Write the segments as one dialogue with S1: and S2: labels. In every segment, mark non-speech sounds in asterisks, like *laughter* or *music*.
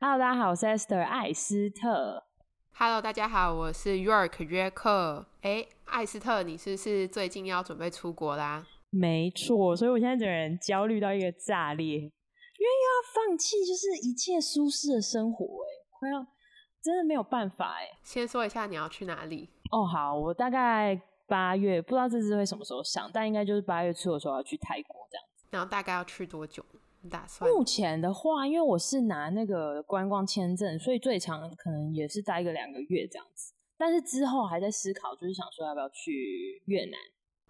S1: Hello，大家好，我是 Esther 艾斯特。
S2: Hello，大家好，我是 York 约克。哎，艾斯特，你是不是最近要准备出国啦？
S1: 没错，所以我现在整个人焦虑到一个炸裂，因为又要放弃就是一切舒适的生活、哎，快要真的没有办法哎、
S2: 先说一下你要去哪里。
S1: 哦，好，我大概八月不知道这次会什么时候上，但应该就是八月初的时候要去泰国这样。
S2: 然后大概要去多久？你打算？
S1: 目前的话，因为我是拿那个观光签证，所以最长可能也是待个两个月这样子。但是之后还在思考，就是想说要不要去越南。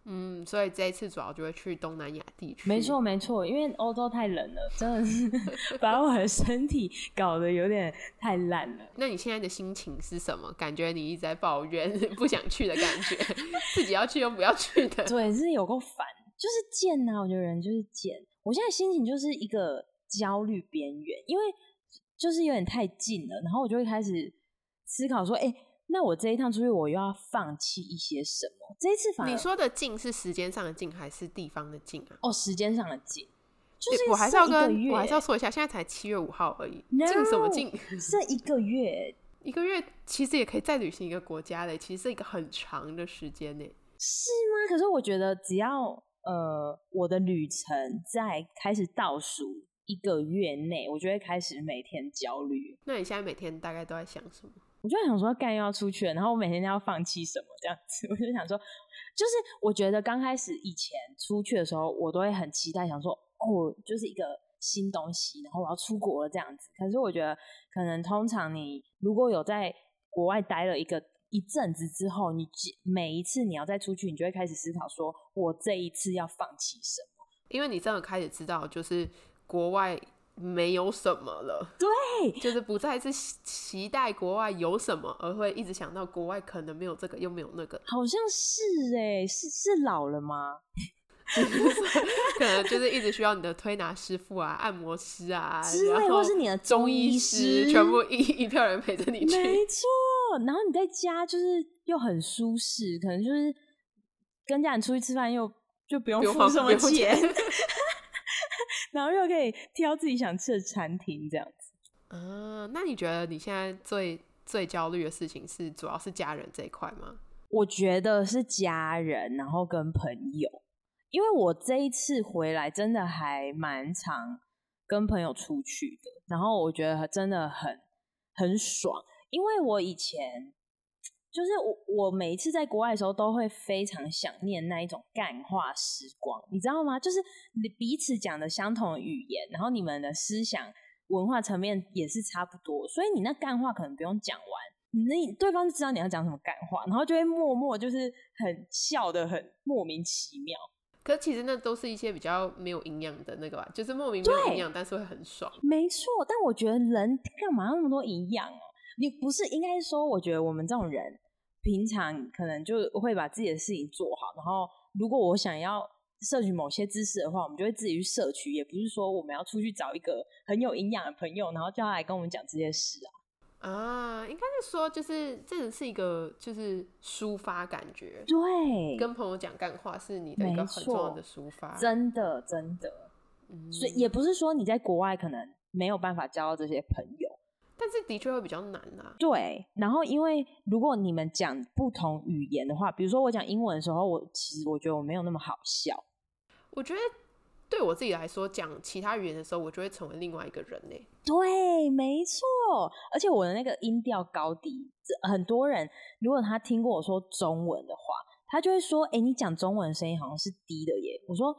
S2: 嗯，所以这一次主要就会去东南亚地区。
S1: 没错，，没错，因为欧洲太冷了，真的是
S2: *laughs*
S1: 把我的身体搞得有点太烂了。
S2: 那你现在的心情是什么？感觉你一直在抱怨 *laughs* 不想去的感觉， *laughs* 自己要去又不要去
S1: *laughs*
S2: 的。
S1: 对，是有够烦，就是贱啊呐、我觉得人就是贱。我现在心情就是一个焦虑边缘，因为就是有点太近了，然后我就会开始思考说，哎、那我这一趟出去，我又要放弃一些什么？这一次反而
S2: 你说的近是时间上的近还是地方的近啊？
S1: 哦，时间上的紧，就是
S2: 我还是要
S1: 剩一个
S2: 跟
S1: 月
S2: 我还是要说一下，现在才七月五号而已，
S1: No
S2: 近什么近？ *laughs*
S1: 剩一个月，
S2: 一个月其实也可以再旅行一个国家嘞，其实是一个很长的时间呢。
S1: 是吗？可是我觉得只要呃我的旅程在开始倒数一个月内，我就会开始每天焦虑。
S2: 那你现在每天大概都在想什么？
S1: 我就想说，干又要出去了，然后我每天都要放弃什么这样子，我就想说，就是我觉得刚开始以前出去的时候，我都会很期待，想说，哦，就是一个新东西，然后我要出国了这样子。可是我觉得，可能通常你如果有在国外待了一个一阵子之后，你几每一次你要再出去，你就会开始思考说，我这一次要放弃什么？
S2: 因为你真的开始知道，就是国外没有什么了，
S1: 对
S2: 就是不再是期期待国外有什么，而会一直想到国外可能没有这个又没有那
S1: *laughs*
S2: 个，
S1: 好像是哎、是是老了吗？
S2: 可能就是一直需要你的推拿师傅啊、按摩师啊，
S1: 之
S2: 然
S1: 类，
S2: 后
S1: 或是你的
S2: 中
S1: 医
S2: 医
S1: 师，
S2: 全部一一票人陪着你去。
S1: 没错，然后你在家就是又很舒适，可能就是跟家人出去吃饭又就不用
S2: 不用
S1: 付
S2: 花
S1: 什么
S2: 不用
S1: 钱， *laughs*
S2: 钱
S1: 然后又可以挑自己想吃的餐厅，这样子。
S2: 啊，那你觉得你现在最最焦虑的事情是主要是家人这一块吗？
S1: 我觉得是家人，然后跟朋友，因为我这一次回来真的还蛮常跟朋友出去的，然后我觉得真的很很爽，因为我以前就是我我每一次在国外的时候都会非常想念那一种干话时光，你知道吗？就是你彼此讲的相同的语言，然后你们的思想文化层面也是差不多，所以你那干话可能不用讲完。你那对方就知道你要讲什么干话，然后就会默默就是很笑的很莫名其妙。
S2: 可其实那都是一些比较没有营养的那个吧，就是莫名没有
S1: 对
S2: 营养，但是会很爽。
S1: 没错，但我觉得人干嘛要那么多一样啊？你不是应该说，我觉得我们这种人平常可能就会把自己的事情做好，然后如果我想要摄取某些知识的话，我们就会自己去摄取，也不是说我们要出去找一个很有营养的朋友，然后叫他来跟我们讲这些事啊。
S2: 啊，应该是说，就是这个是一个就是抒发感觉，
S1: 对
S2: 跟朋友讲干话是你的一
S1: 没
S2: 个很重要
S1: 错
S2: 的抒发。
S1: 真的真的，
S2: 嗯
S1: 所以也不是说你在国外可能没有办法交到这些朋友。
S2: 但是的确会比较难啊。
S1: 对，然后因为如果你们讲不同语言的话，比如说我讲英文的时候，我其实我觉得我没有那么好笑。
S2: 我觉得对我自己来说，讲其他语言的时候，我就会成为另外一个人欸呢、
S1: 对，没错，而且我的那个音调高低，这很多人如果他听过我说中文的话，他就会说：“哎，你讲中文的声音好像是低的耶。”我 *laughs* 说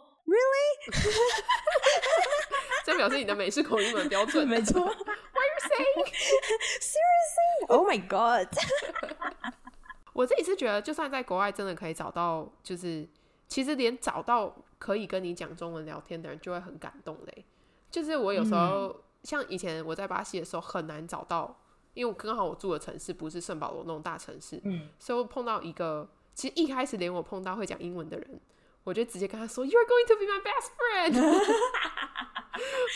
S2: 这表示你的美式口音蛮标：“准
S1: *laughs*
S2: 的。
S1: 没错
S2: What you say？
S1: ，Seriously，Oh Oh my God，
S2: 我自己是觉得，就算在国外，真的可以找到，就是其实连找到可以跟你讲中文聊天的人，就会很感动嘞、就是我有时候、像以前我在巴西的时候，很难找到，因为我刚好我住的城市不是圣保罗那种大城市，
S1: *laughs* 嗯，
S2: 所以我碰到一个，其实一开始连我碰到会讲英文的人，我就直接跟他说 “You're going to be my best friend”，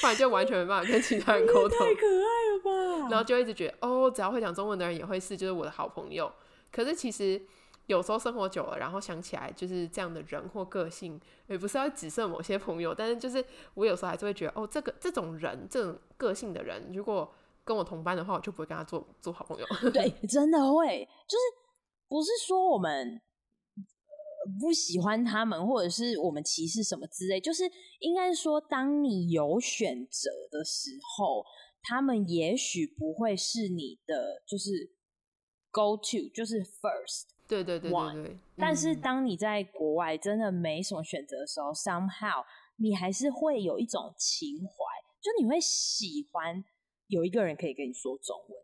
S2: 不然就完全没办法跟其他人沟通。
S1: 太可爱了吧
S2: 然后就一直觉得哦，只要会讲中文的人也会是，就是我的好朋友。可是其实有时候生活久了，然后想起来就是这样的人或个性，也不是要指涉某些朋友，但是就是我有时候还是会觉得哦，这个这种人这种个性的人，如果跟我同班的话，我就不会跟他做做好朋友。 *laughs*
S1: *laughs* 对，真的会，就是不是说我们呃不喜欢他们，或者是我们歧视什么之类，就是应该说，当你有选择的时候，他们也许不会是你的，就是 go to，就是 first。
S2: 对对对对
S1: 哇
S2: 对。
S1: 但是
S2: 嗯
S1: 当你在国外真的没什么选择的时候，somehow 你还是会有一种情怀，就你会喜欢有一个人可以跟你说中文。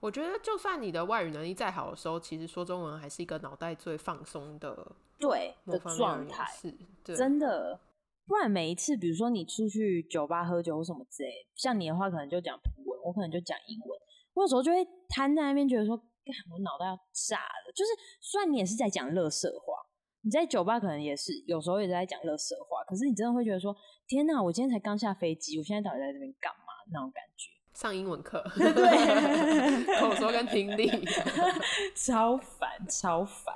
S2: 我觉得，就算你的外语能力再好的时候，其实说中文还是一个脑袋最放松的
S1: 对
S2: 某
S1: 的
S2: 方面而
S1: 状
S2: 言
S1: 态，
S2: 是，对，
S1: 真的。不然每一次，比如说你出去酒吧喝酒或什么之类，像你的话可能就讲葡文，我可能就讲英文，我有时候就会瘫在那边，觉得说，干，我脑袋要炸了。就是虽然你也是在讲乐色话，你在酒吧可能也是有时候也在讲乐色话，可是你真的会觉得说，天哪，我今天才刚下飞机，我现在到底在这边干嘛？那种感觉 *laughs*
S2: 上英文课，
S1: 对
S2: *laughs* 口说跟听力。
S1: 超烦，超烦。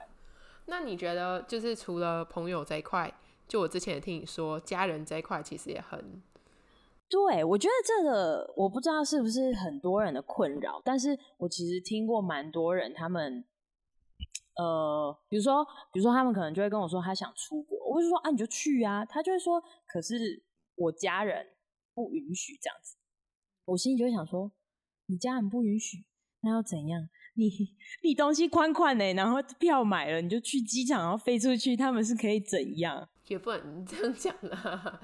S2: 那你觉得，就是除了朋友这一块，就我之前也听你说，家人这一块其实也很
S1: 对，我觉得这个我不知道是不是很多人的困扰，但是我其实听过蛮多人他们，呃，比如说，比如说他们可能就会跟我说他想出国，我就说啊你就去啊，他就会说可是我家人不允许这样子，我心里就会想说你家人不允许，那又怎样？你你东西宽宽的，然后票买了你就去机场，然后飞出去，他们是可以怎样？
S2: 也不能 *laughs* 这样讲啦。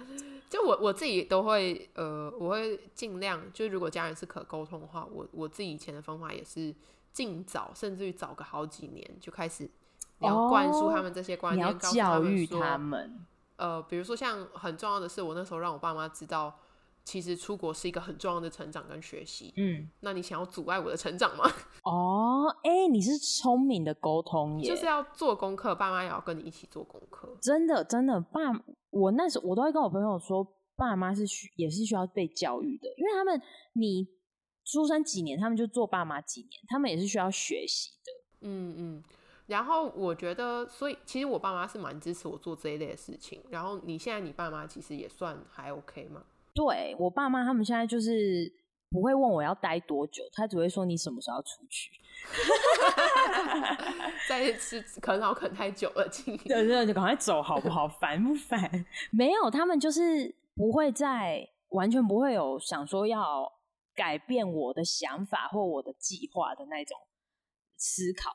S2: 就我我自己都会，呃，我会尽量，就如果家人是可沟通的话，我我自己以前的方法也是尽早，甚至于早个好几年就开始，你要灌输
S1: 哦
S2: 他们这些观
S1: 你
S2: 念，
S1: 要
S2: 告诉他
S1: 教
S2: 们
S1: 育
S2: 说
S1: 他们，
S2: 呃，比如说像很重要的是，我那时候让我爸妈知道，其实出国是一个很重要的成长跟学习。
S1: 嗯。
S2: 那你想要阻碍我的成长吗？
S1: 哦，哎、你是聪明的沟通耶，
S2: 就是要做功课，爸妈也要跟你一起做功课。
S1: 真的真的爸，我那时候我都会跟我朋友说，爸妈是需也是需要被教育的，因为他们你出生几年，他们就做爸妈几年，他们也是需要学习的。
S2: 嗯嗯。然后我觉得，所以其实我爸妈是蛮支持我做这一类的事情。然后你现在你爸妈其实也算还 OK 嘛？ *laughs*
S1: 对我爸妈他们现在就是不会问我要待多久，他只会说你什么时候要出去。
S2: 在吃啃老啃太久了，亲。
S1: 对对，就赶快走好不好？ *laughs* 烦不烦？没有，他们就是不会在，完全不会有想说要改变我的想法或我的计划的那种思考。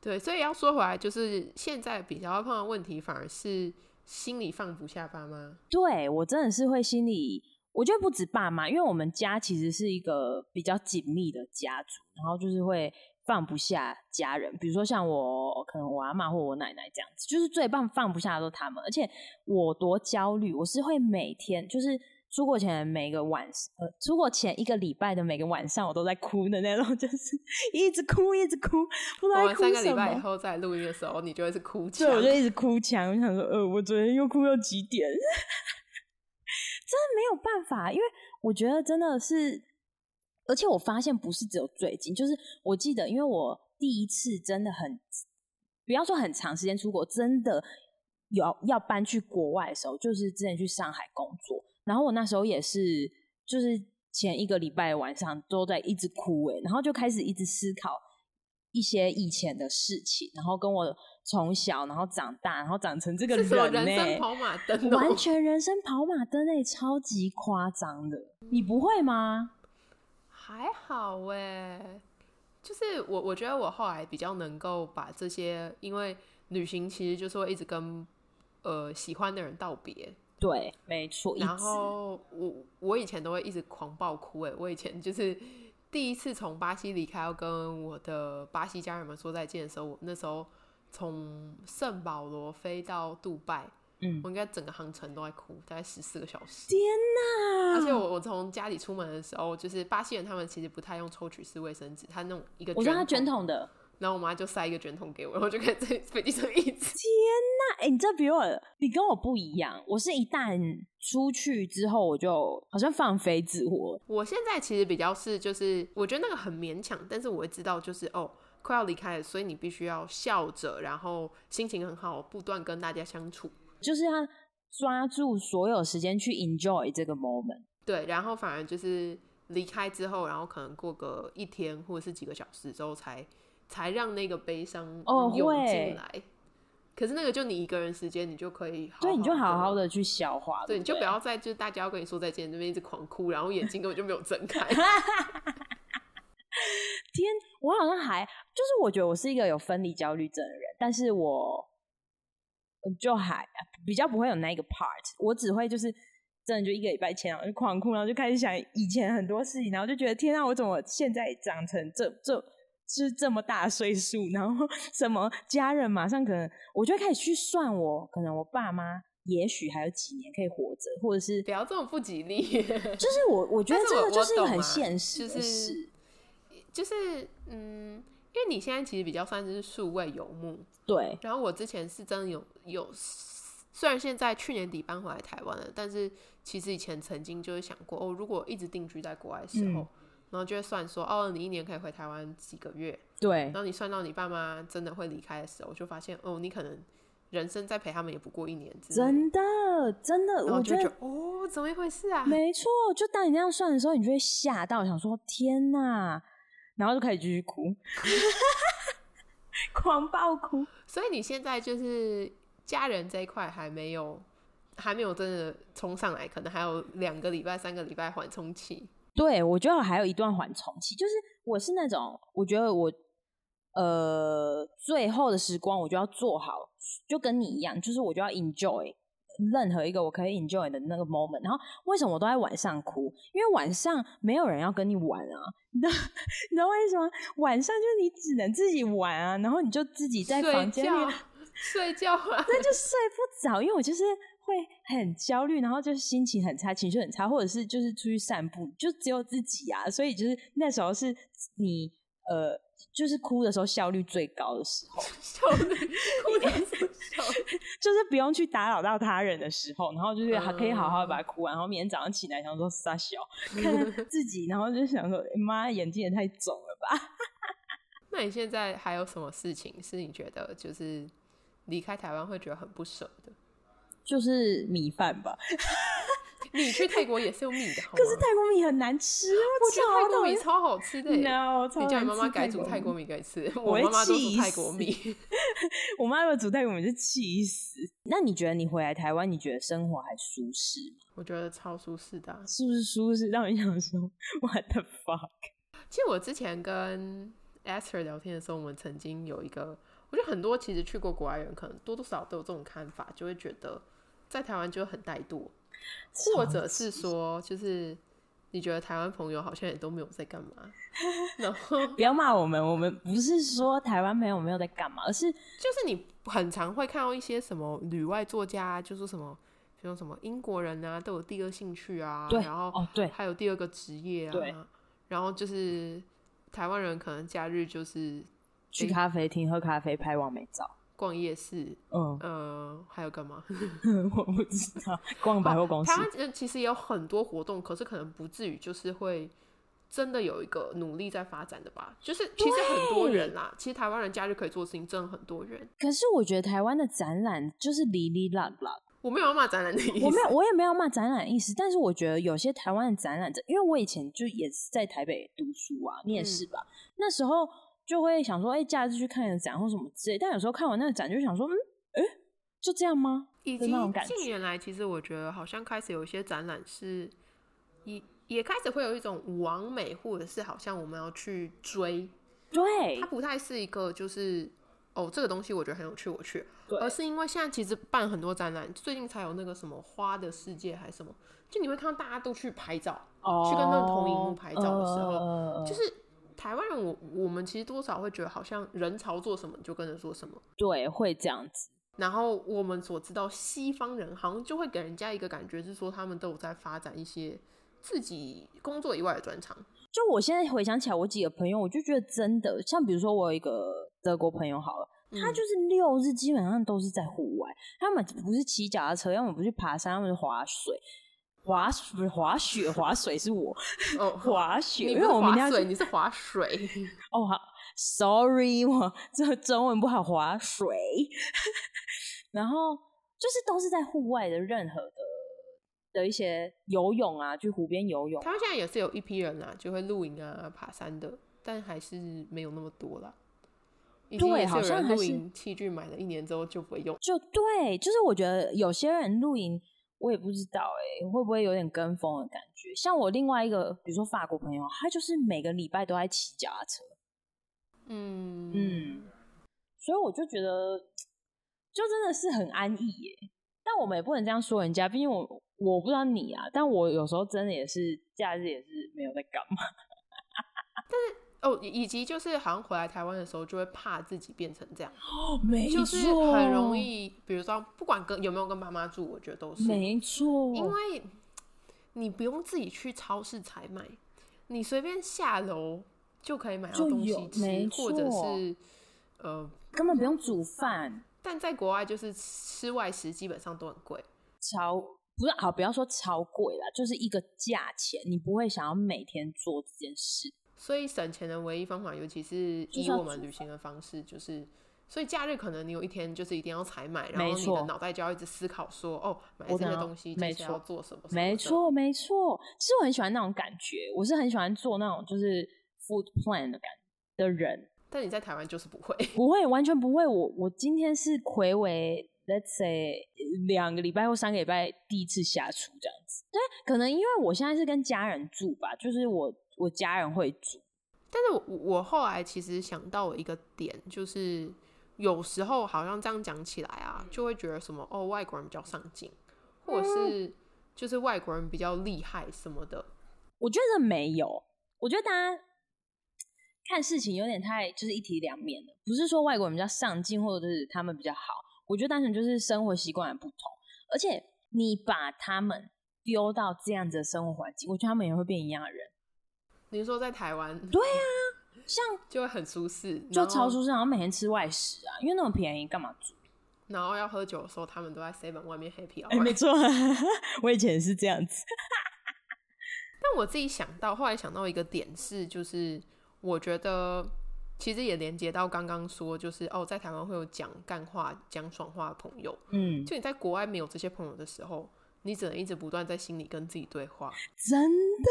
S2: 对，所以要说回来，就是现在比较碰到问题，反而是心里放不下爸妈。
S1: 对我真的是会心里，我觉得不止爸妈，因为我们家其实是一个比较紧密的家族，然后就是会放不下家人，比如说像我可能我阿妈或我奶奶这样子，就是最棒放不下的都他们，而且我多焦虑，我是会每天就是。出国前每个晚，呃，出国前一个礼拜的每个晚上，我都在哭的那种， *laughs* 就是一直哭，一直哭，不知
S2: 我
S1: 道在
S2: 们
S1: 哭
S2: 哦三个
S1: 什
S2: 礼
S1: 么。
S2: 拜以后再录音的时候，你就会是哭
S1: 对，我
S2: 腔
S1: 就。一直哭腔，我想说，呃，我昨天又哭到几点？ *laughs* 真的没有办法，因为我觉得真的是，而且我发现不是只有最近，就是我记得，因为我第一次真的很，不要说很长时间出国，真的有要搬去国外的时候，就是之前去上海工作，然后我那时候也是，就是前一个礼拜晚上都在一直哭欸诶、然后就开始一直思考一些以前的事情，然后跟我从小然后长大，然后长成这个欸
S2: 是什么人
S1: 呢、
S2: 生跑马灯哦、
S1: 完全人生跑马灯诶、超级夸张的，你不会吗？
S2: 还好哎、就是我我觉得我后来比较能够把这些，因为旅行其实就是会一直跟呃喜欢的人道别，
S1: 对，没错，一
S2: 然
S1: 直
S2: 后我我以前都会一直狂暴哭哎、我以前就是第一次从巴西离开，要跟我的巴西家人们说再见的时候，我那时候从圣保罗飞到杜拜，
S1: 嗯
S2: 我应该整个航程都在哭，大概十四个小时。
S1: 天哪！
S2: 而且我我从家里出门的时候，就是巴西人他们其实不太用抽取式卫生纸，他那种一个
S1: 我说他卷
S2: 卷筒，
S1: 筒的，
S2: 然后我妈就塞一个卷筒给我，然后就开始在飞机上一直。
S1: 哎、你这比我，你跟我不一样。我是一旦出去之后，我就好像放飞自我。
S2: 我现在其实比较是就是，我觉得那个很勉强，但是我会知道就是哦，快要离开了，所以你必须要笑着，然后心情很好，不断跟大家相处。
S1: 就是要抓住所有时间去 enjoy 这个 moment。
S2: 对，然后反而就是离开之后，然后可能过个一天或者是几个小时之后才才让那个悲伤
S1: 哦
S2: 涌
S1: 会
S2: 进来。可是那个就你一个人时间，你就可以好
S1: 对，你就好
S2: 好
S1: 好
S2: 地
S1: 的去消化，
S2: 对，
S1: 不
S2: 你就不要再就是大家要跟你说再见，那边一直狂哭，然后眼睛根本就没有睁
S1: *laughs*
S2: 开。
S1: 天，我好像还就是我觉得我是一个有分离焦虑症的人，但是我嗯就还比较不会有那一个 part，我只会就是真的就一个礼拜前，然后就狂哭，然后就开始想以前很多事情，然后就觉得天啊，我怎么现在长成这这就是这么大岁数，然后什么家人马上可能我就会开始去算我可能我爸妈也许还有几年可以活着，或者是
S2: 不要这么不吉利。
S1: 就是我我觉得
S2: 但是
S1: 这
S2: 我
S1: 个就
S2: 我
S1: 是一个
S2: 懂
S1: 很
S2: 啊
S1: 现实
S2: 就
S1: 的
S2: 是
S1: 事，
S2: 就是嗯，因为你现在其实比较算是数位游牧，
S1: 对，
S2: 然后我之前是真的有有，虽然现在去年底搬回来台湾了，但是其实以前曾经就是想过，哦，如果一直定居在国外的时候，
S1: 嗯
S2: 然后就会算说，哦，你一年可以回台湾几个月，
S1: 对
S2: 然，后你算到你爸妈真的会离开的时候，就发现，哦，你可能人生再陪他们也不过一年之类的，
S1: 真的，真的，
S2: 嗯然后
S1: 我
S2: 就
S1: 觉
S2: 觉
S1: 得
S2: 得，哦，怎么一回事啊？
S1: 没错。就当你那样算的时候，你就会吓到，想说天哪，然后就开始继续
S2: *laughs*
S1: 哭， *laughs* 狂暴哭。
S2: 所以你现在就是家人这一块还没有，还没有真的冲上来，可能还有两个礼拜、三个礼拜缓冲期。
S1: 对，我觉得我还有一段缓冲期，就是我是那种，我觉得我呃最后的时光，我就要做好，就跟你一样，就是我就要 enjoy 任何一个我可以 enjoy 的那个 moment。然后为什么我都在晚上哭？因为晚上没有人要跟你玩啊，你知道 *laughs* 你知道为什么？晚上就是你只能自己玩啊，然后你就自己在
S2: 睡
S1: 房间里
S2: 觉，睡觉啊！ *laughs*
S1: 那就睡不着，因为我就是会很焦虑，然后就是心情很差，情绪很差，或者是就是出去散步，就只有自己啊，所以就是那时候是你呃，就是哭的时候效率最高的时候，
S2: 笑的，哭的
S1: *laughs*
S2: 是笑的。
S1: 就是不用去打扰到他人的时候，然后就是还可以好好地
S2: 嗯
S1: 把它哭完，然后明天早上起来想说傻
S2: *laughs*
S1: 小，看到自己，然后就想说诶妈、眼睛也太肿了吧，
S2: 那你现在还有什么事情是你觉得就是离开台湾会觉得很不舍的？
S1: 就是米饭吧，
S2: 你去泰国也是有米的，好
S1: 可
S2: 吗
S1: 是泰国米很难吃，啊
S2: 我觉得泰国米
S1: 米
S2: 超好吃的耶。
S1: ，no，
S2: 你
S1: 超
S2: 叫
S1: 难
S2: 你妈妈
S1: 吃
S2: 改煮
S1: 米
S2: 泰国米给你吃，
S1: 我
S2: 我
S1: 会
S2: 妈妈都煮
S1: 气
S2: 泰国
S1: 死
S2: 米。 *laughs*
S1: 我妈有煮泰国米就气死。那你觉得你回来台湾，你觉得生活还舒适吗？
S2: 我觉得超舒适的啊、
S1: 是不是舒适 *laughs* 让你想说 what the fuck？
S2: 其实我之前跟 Esther 聊天的时候，我们曾经有一个，我觉得很多其实去过国外人，可能多多少少都有这种看法，就会觉得在台湾就很怠惰，或者是说，就是你觉得台湾朋友好像也都没有在干嘛，然后
S1: *laughs* 不要骂我们，我们不是说台湾朋友没有在干嘛，而是
S2: 就是你很常会看到一些什么旅外作家啊，就说什么，比如什么英国人啊，都有第二兴趣啊，
S1: 对
S2: 然后
S1: 哦对
S2: 还有第二个职业
S1: 对
S2: 啊，然后就是台湾人可能假日就是
S1: 去咖啡厅喝咖啡、拍完美照。
S2: 逛夜市，
S1: 嗯， *laughs*
S2: 呃，还有干嘛？
S1: 我不知道，逛 *laughs* 百货公司
S2: 哦台。湾人其实也有很多活动，可是可能不至于就是会真的有一个努力在发展的吧。就是其实很多人啦，其实台湾人假日可以做的事情真的很多人。
S1: 可是我觉得台湾的展览就是哩哩啦啦，
S2: 我没有要骂展览的意
S1: 我没
S2: 思，
S1: 有，我也没有骂展览意思，但是我觉得有些台湾的展览，因为我以前就也是在台北读书啊，你也
S2: 嗯
S1: 是吧？那时候就会想说，哎、假日去看个展或什么之类，但有时候看完那个展就想说，嗯，哎、就这样吗？
S2: 以
S1: 的
S2: 及
S1: 那种感觉
S2: 近年来，其实我觉得好像开始有一些展览是也也开始会有一种完美，或者是好像我们要去追
S1: 对
S2: 它不太是一个就是哦，这个东西我觉得很有趣，我去，
S1: 对
S2: 而是因为现在其实办很多展览，最近才有那个什么花的世界还是什么，就你会看到大家都去拍照，
S1: 哦
S2: 去跟那个投影幕拍照的时候
S1: 呃
S2: 就是台湾人我我们其实多少会觉得好像人潮做什么你就跟着做什么，
S1: 对，会这样子，
S2: 然后我们所知道西方人好像就会给人家一个感觉是说他们都有在发展一些自己工作以外的专长，
S1: 就我现在回想起来，我几个朋友，我就觉得真的，像比如说我有一个德国朋友好了，他
S2: 嗯
S1: 就是六日基本上都是在户外，他们不是骑脚踏车，要么不去爬山，要么是滑水。滑不是滑雪，滑水是我
S2: 哦。
S1: 滑雪，
S2: 你
S1: 因
S2: 不
S1: 为
S2: 是
S1: 我明
S2: 划
S1: 天要
S2: 水，
S1: 去
S2: 你是划水。
S1: 哦，好，sorry，我 *laughs* 这中文不好，划水。 *laughs* 然后就是都是在户外的任何的的一些游泳啊，去湖边游泳
S2: 台，湾现在也是有一批人啦、就会露营啊、爬山的，但还是没有那么多啦。已经
S1: 对
S2: 也是
S1: 好
S2: 有
S1: 像
S2: 人
S1: 还
S2: 露
S1: 是
S2: 营器具买了一年之后就不会用。
S1: 就对，就是我觉得有些人露营，我也不知道哎、会不会有点跟风的感觉？像我另外一个，比如说法国朋友，他就是每个礼拜都在骑脚踏车，
S2: 嗯
S1: 嗯，所以我就觉得，就真的是很安逸耶、但我们也不能这样说人家，毕竟我我不知道你啊，但我有时候真的也是假日也是没有在干嘛。
S2: 哦，以以及就是好像回来台湾的时候就会怕自己变成这样，
S1: 哦，没
S2: 就是很容，易，比如说不管跟有没有跟妈妈住，我觉得都是，
S1: 没错，
S2: 因为你不用自己去超市采买，你随便下楼就可以买到
S1: 就
S2: 东西
S1: 有没
S2: 吃，或者
S1: 错
S2: 是呃，
S1: 根本不用煮饭，
S2: 但在国外就是吃外食基本上都很贵，
S1: 超不是好，不要说超贵啦，就是一个价钱，你不会想要每天做这件事。
S2: 所以省钱的唯一方法，尤其是
S1: 就是
S2: 以
S1: 要
S2: 我们
S1: 煮
S2: 旅行的方式，就是。所以假日可能你有一天就是一定要采买，然
S1: 没
S2: 后你
S1: 错
S2: 的脑袋就要一直思考说，哦，买
S1: 我
S2: 这些
S1: 懂
S2: 东西
S1: 没
S2: 接下来要
S1: 错
S2: 做什么什么
S1: 没
S2: 的，
S1: 错，没错。其实我很喜欢那种感觉，我是很喜欢做那种就是 food plan 的感的人，
S2: 但你在台湾就是不会。
S1: 不会，完全不会。我我今天是魁违 Let's say 两个礼拜或三个礼拜第一次下厨这样子，对，可能因为我现在是跟家人住吧，就是我我家人会煮，
S2: 但是我我后来其实想到一个点，就是有时候好像这样讲起来啊，就会觉得什么哦，外国人比较上进，或者
S1: 嗯
S2: 是就是外国人比较厉害什么的。
S1: 我觉得没有，我觉得大家看事情有点太就是一体两面了。不是说外国人比较上进，或者是他们比较好，我觉得单纯就是生活习惯的不同。而且你把他们丢到这样子的生活环境，我觉得他们也会变一样的人，
S2: 你是说在台湾，对啊，
S1: 像
S2: *laughs* 就会很舒适，
S1: 就
S2: 然后
S1: 超出，然后每天吃外食啊，因为那么便宜，干嘛煮？
S2: 然后要喝酒的时候，他们都在 seven 外面 happy hour。
S1: 哎错， *laughs* 我以前也是这样子。
S2: 但我自己想到，后来想到一个点是，就是我觉得其实也连接到刚刚说，就是哦，在台湾会有讲干话、讲爽话的朋友，
S1: 嗯，
S2: 就你在国外没有这些朋友的时候，你只能一直不断在心里跟自己对话。
S1: 真的，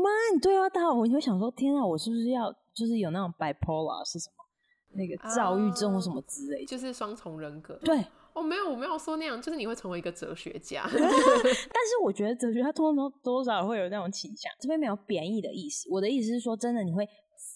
S1: 妈，你对话到我，你会想说，天啊，我是不是要就是有那种 bipolar 是什么？那个躁郁症或什么之类的。
S2: 就是双重人格，
S1: 对，
S2: 哦，没有，我没有说那样，就是你会成为一个哲学家，
S1: 但是我觉得哲学它多多多少会有那种倾向，这边没有贬义的意思。我的意思是说，真的你会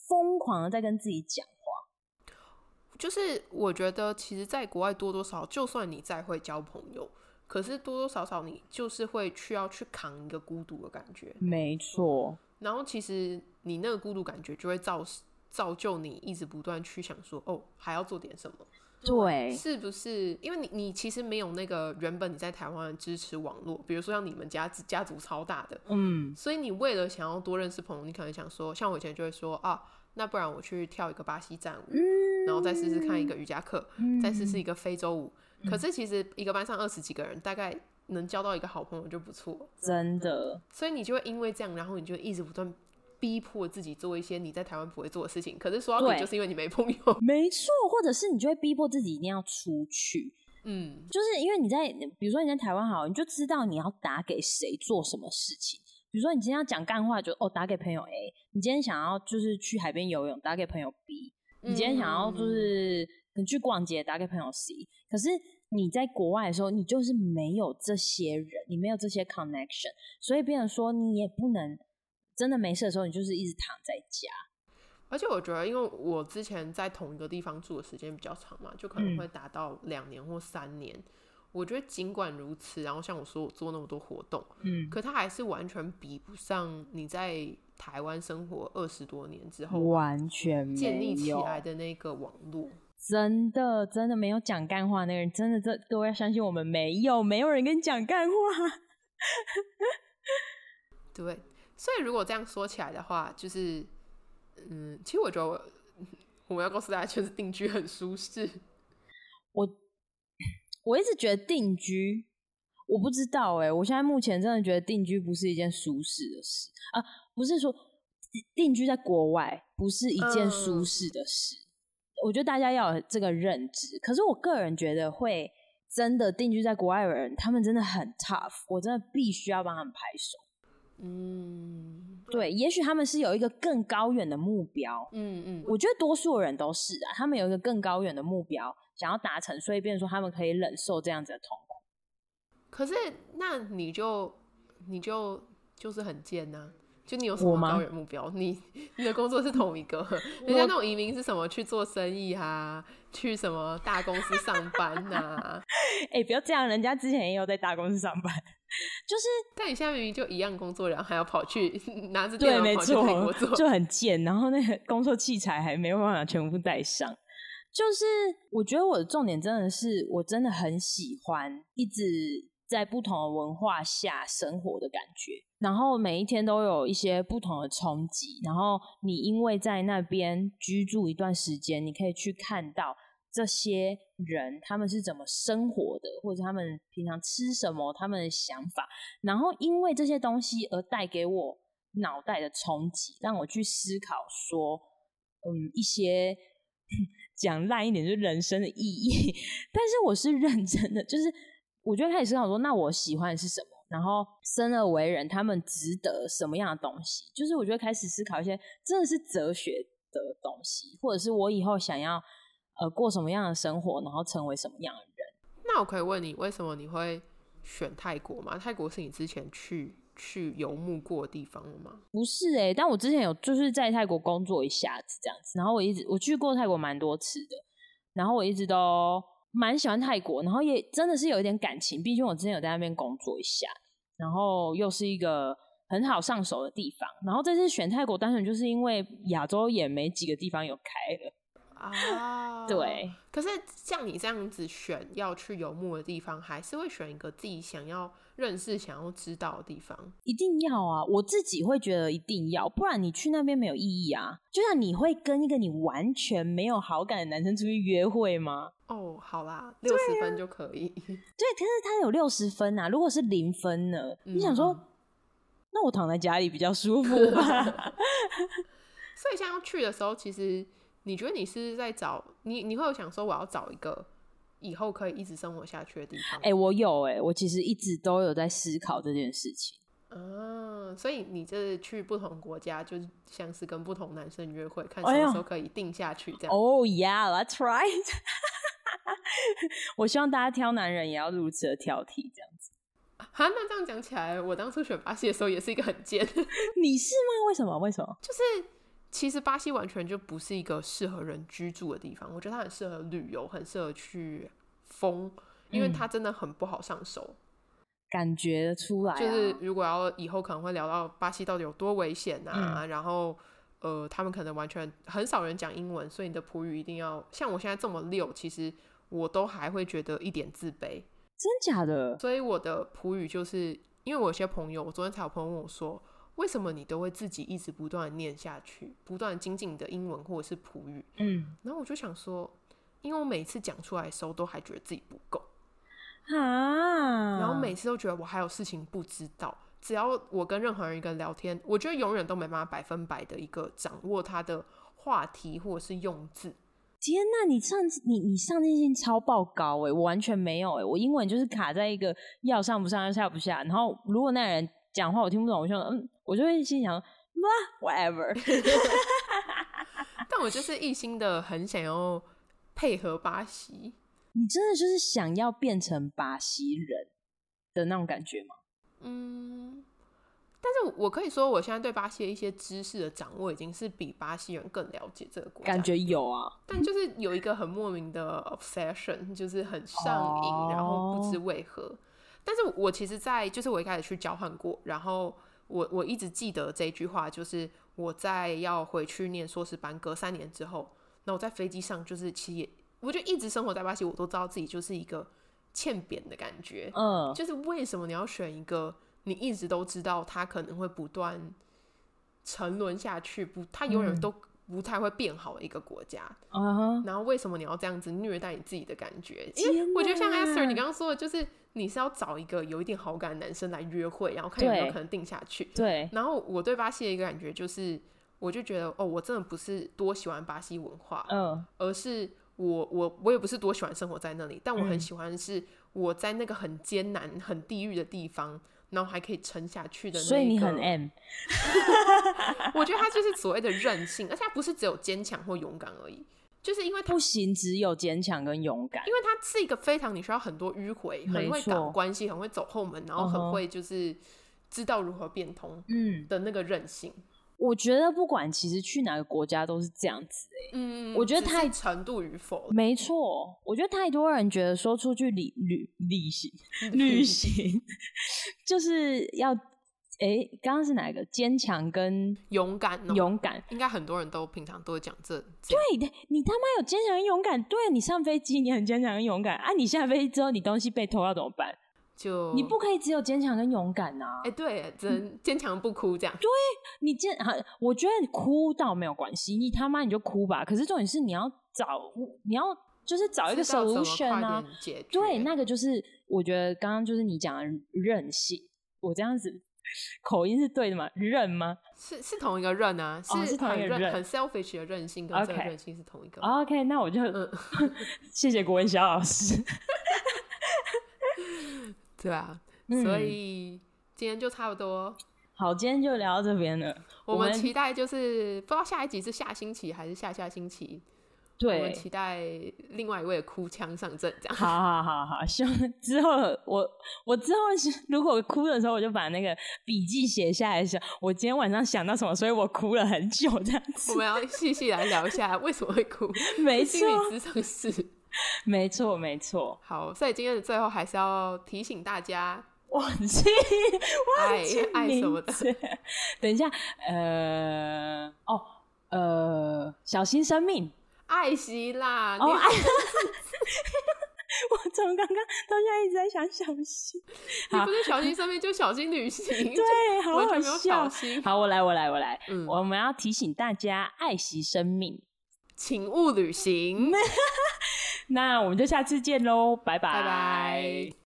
S1: 疯狂的在跟自己讲话，
S2: 就是我觉得其实，在国外多多少少，就算你再会交朋友，可是多多少少你就是会需要去扛一个孤独的感觉，
S1: 没错，
S2: 然后其实你那个孤独感觉就会造造就你一直不断去想说，哦，还要做点什么，
S1: 对，
S2: 是不是？因为你你其实没有那个原本你在台湾的支持网络，比如说像你们家家族超大的，
S1: 嗯，
S2: 所以你为了想要多认识朋友，你可能想说，像我以前就会说啊，那不然我去跳一个巴西战舞，
S1: 嗯
S2: 然后再试试看一个瑜伽课，再试试一个非洲舞。
S1: 嗯
S2: 可是其实一个班上二十几个人，大概能交到一个好朋友就不错了。
S1: 真的，
S2: 所以你就会因为这样，然后你就一直不断逼迫自己做一些你在台湾不会做的事情。可是说到
S1: 对
S2: 底，就是因为你没
S1: *laughs*
S2: 朋友，
S1: 没错，或者是你就会逼迫自己一定要出去，
S2: 嗯，
S1: 就是因为你在，比如说你在台湾好，你就知道你要打给谁做什么事情。比如说你今天要讲干话，就哦打给朋友 A；你今天想要就是去海边游泳，打给朋友 B；你今天想
S2: 嗯
S1: 要就是你去逛街，打给朋友 C。可是你在国外的时候，你就是没有这些人，你没有这些 connection，所以变成说你也不能真的没事的时候，你就是一直躺在家。
S2: 而且我觉得，因为我之前在同一个地方住的时间比较长嘛，就可能
S1: 嗯
S2: 会达到两年或三年。我觉得尽管如此，然后像我说我做那么多活动，
S1: 嗯，
S2: 可它还是完全比不上你在台湾生活二十多年之后
S1: 完全没有
S2: 建立起来的那个网络。
S1: 真的，真的没有讲干话那个人，真的这各位要相信我们没有，没有人跟你讲干话。
S2: 对，所以如果这样说起来的话，就是，嗯，其实我觉得我我们要告诉大家，就是定居很舒适。
S1: 我我一直觉得定居，我不知道哎、我现在目前真的觉得定居不是一件舒适的事啊，不是说定居在国外不是一件舒
S2: 嗯
S1: 适的事。我觉得大家要有这个认知，可是我个人觉得会真的定居在国外的人，他们真的很 tough，我真的必须要帮他们拍手。
S2: 嗯
S1: 对，也许他们是有一个更高远的目标，
S2: 嗯嗯
S1: 我觉得多数人都是啊，他们有一个更高远的目标想要达成，所以变成说他们可以忍受这样子的痛苦。
S2: 可是那你就你就就是很贱呐、就你有什
S1: 我
S2: 么
S1: 吗
S2: 高远目标？你你的工作是同一个，人家那种移民是什么？去做生意啊，去什么大公司上班啊呐、
S1: *laughs* 哎、不要这样，人家之前也有在大公司上班，就是
S2: *laughs* 但你现在明明就一样工作，然后还要跑去 *laughs* 拿着电
S1: 对，
S2: 脑
S1: 没
S2: 跑去
S1: 错
S2: 泰国，做，
S1: 就很贱。然后那个工作器材还没有办法全部带上。就是我觉得我的重点真的是，我真的很喜欢一直在不同的文化下生活的感觉，然后每一天都有一些不同的冲击。然后你因为在那边居住一段时间，你可以去看到。这些人他们是怎么生活的，或者他们平常吃什么，他们的想法，然后因为这些东西而带给我脑袋的冲击，让我去思考说，嗯，一些 *laughs* 讲烂一点就是人生的意义。 *laughs* 但是我是认真的，就是我就开始思考说，那我喜欢的是什么？然后生而为人，他们值得什么样的东西？就是我就开始思考一些真的是哲学的东西，或者是我以后想要呃过什么样的生活，然后成为什么样的人。
S2: 那我可以问你，为什么你会选泰国吗？泰国是你之前去去游牧过的地方了吗？
S1: 不是哎、但我之前有就是在泰国工作一下子这样子，然后我一直我去过泰国蛮多次的，然后我一直都蛮喜欢泰国，然后也真的是有一点感情，毕竟我之前有在那边工作一下，然后又是一个很好上手的地方，然后这次选泰国单纯就是因为亚洲也没几个地方有开了，
S2: *laughs* 啊，
S1: 对，
S2: 可是像你这样子选要去游牧的地方，还是会选一个自己想要认识、想要知道的地方。
S1: 一定要啊！我自己会觉得一定要，不然你去那边没有意义啊。就像你会跟一个你完全没有好感的男生出去约会吗？
S2: 哦，好啦，六十分就可以。 *laughs*
S1: 对，可是他有六十分啊，如果是零分呢？你想说
S2: 嗯，
S1: 那我躺在家里比较舒服吧？ *laughs*
S2: 所以像要去的时候，其实你觉得你是在找你，你会有想说我要找一个以后可以一直生活下去的地方。
S1: 哎、我有哎、我其实一直都有在思考这件事情。
S2: 啊，所以你这去不同国家，就是像是跟不同男生约会，看什
S1: 哎
S2: 么
S1: 呦
S2: 时候可以定下去这样。
S1: Oh yeah, that's right 。我希望大家挑男人也要如此的挑剔，这样子。
S2: 哈，啊那这样讲起来，我当初选巴西的 *laughs* 时候也是一个很贱。
S1: 你是吗？为什么？为什么？
S2: 就是其实巴西完全就不是一个适合人居住的地方，我觉得它很适合旅游，很适合去疯，因为
S1: 嗯
S2: 它真的很不好上手。
S1: 感觉出来、啊，
S2: 就是如果要以后可能会聊到巴西到底有多危险啊，然后呃，他们可能完全很少人讲英文，所以你的葡语一定要像我现在这么溜，其实我都还会觉得一点自卑。
S1: 真假的，
S2: 所以我的普语就是因为我有些朋友，我昨天才有朋友问我说，为什么你都会自己一直不断地念下去，不断地精进你的英文或者是普语？
S1: 嗯
S2: 然后我就想说，因为我每次讲出来的时候都还觉得自己不够，
S1: 啊，
S2: 然后每次都觉得我还有事情不知道。只要我跟任何人一个人聊天，我觉得永远都没办法百分百的一个掌握他的话题或者是用字。
S1: 天呐，你上次你你上进心超爆高哎、我完全没有哎、我英文就是卡在一个要上不上要下不下，然后如果那人讲话我听不懂，我就嗯，我就会心想哇 whatever， *laughs*
S2: 但我就是一心的很想要配合巴西，
S1: 你真的就是想要变成巴西人的那种感觉吗？
S2: 嗯，但是我可以说，我现在对巴西的一些知识的掌握，已经是比巴西人更了解这个国家。
S1: 感，觉有啊，
S2: 但就是有一个很莫名的 obsession，就是很上瘾，然后
S1: 哦
S2: 不知为何。但是我其实在，就是我一开始去交换过，然后我我一直记得这句话，就是我在要回去念硕士班，隔三年之后，那我在飞机上，就是其实也，我就一直生活在巴西，我都知道自己就是一个欠扁的感觉，
S1: 嗯，
S2: 就是为什么你要选一个你一直都知道他可能会不断沉沦下去，不，他永远
S1: 嗯
S2: 都不太会变好的一个国家？
S1: 啊哈，
S2: 然后为什么你要这样子虐待你自己的感觉？因为
S1: 天
S2: 我觉得像
S1: 哪
S2: Esther 你刚刚说的，就是你是要找一个有一点好感的男生来约会，然后看有没有
S1: 对
S2: 可能定下去。
S1: 对，
S2: 然后我对巴西的一个感觉就是，我就觉得哦，我真的不是多喜欢巴西文化，
S1: 嗯
S2: 而是我我我也不是多喜欢生活在那里，但我很
S1: 嗯
S2: 喜欢是我在那个很艰难、很地狱的地方，然后还可以撑下去的那一个。
S1: 所以你很 M，
S2: 我觉得他就是所谓的韧性，而且他不是只有坚强或勇敢而已，就是因为他
S1: 不，行，只有坚强跟勇敢
S2: 因。为他是一个非常你需要很多迂回，很
S1: 没
S2: 会搞
S1: 错
S2: 关系，很会走后门，然后
S1: 嗯
S2: 很
S1: 哼
S2: 会就是知道如何变通
S1: 嗯，
S2: 的那个韧性。
S1: 我觉得不管其实去哪个国家都是这样子、欸。
S2: 嗯，
S1: 我觉得
S2: 只是
S1: 太
S2: 程度与否，
S1: 没错，我觉得太多人觉得说出去旅旅旅
S2: *laughs*
S1: 行旅行就是要，诶、刚刚是哪一个？坚强跟
S2: 勇敢、哦，
S1: 勇敢。
S2: 应该很多人都平常都会讲这这
S1: 对的，你他妈有坚强跟勇敢，对啊你上飞机你很坚强跟勇敢啊，你下飞机之后你东西被偷要怎么办？
S2: 就
S1: 你不可以只有坚强跟勇敢啊！
S2: 哎、对，只能坚强不哭这样。
S1: 你坚啊，我觉得你哭倒没有关系，你他妈你就哭吧。可是重点是你要找，你要就是找一个
S2: 知道怎么
S1: solution
S2: 快
S1: 啊。
S2: 点解决
S1: 对，那个就是我觉得刚刚就是你讲的韧性，我这样子口音是对的吗？韧吗
S2: 是是同一个任啊，
S1: 哦是同一
S2: 很
S1: 个
S2: 任
S1: 任
S2: 很 selfish 的任性跟这个
S1: OK 哦
S2: 任性是同一个。
S1: ？OK，那我就、
S2: 嗯
S1: *laughs* 谢谢国文小老师。
S2: 对啊，
S1: 嗯
S2: *laughs* 所以今天就差不多。
S1: 好，今天就聊到这边了。
S2: 我
S1: 我
S2: 们
S1: 们
S2: 期待就是不知道下一集是下星期还是下下星期，我
S1: 对，
S2: 们期待另外一位的哭腔上阵这样。 *laughs*
S1: 好好好好，希望之后我我之后是如果我哭的时候，我就把那个笔记写下来，想我今天晚上想到什么，所以我哭了很久这样
S2: 我
S1: 子。
S2: 们要细细来聊一下为什么会哭，
S1: *laughs* 没
S2: 心理
S1: 错，
S2: 咨商师。
S1: 没错，没错。
S2: 好，所以今天的最后还是要提醒大家，
S1: 忘记
S2: 爱
S1: 忘记 *laughs*
S2: 爱什么
S1: 名
S2: 的
S1: 字。等一下，呃，哦，呃，小心生命。 *laughs*
S2: 爱惜啦，
S1: 哦，
S2: 你 *laughs*
S1: 爱。我从刚刚到现在一直在想小心，
S2: 你
S1: 好
S2: 不是小心生命，就小心旅行，
S1: 对，
S2: 就
S1: 好
S2: 完
S1: 好
S2: 全没有小
S1: 笑。
S2: 心。
S1: *laughs* 好，我来，我来，我来。
S2: 嗯，
S1: 我们要提醒大家爱惜生命。
S2: 请勿旅行，
S1: 那我们就下次见喽，拜拜
S2: 拜拜。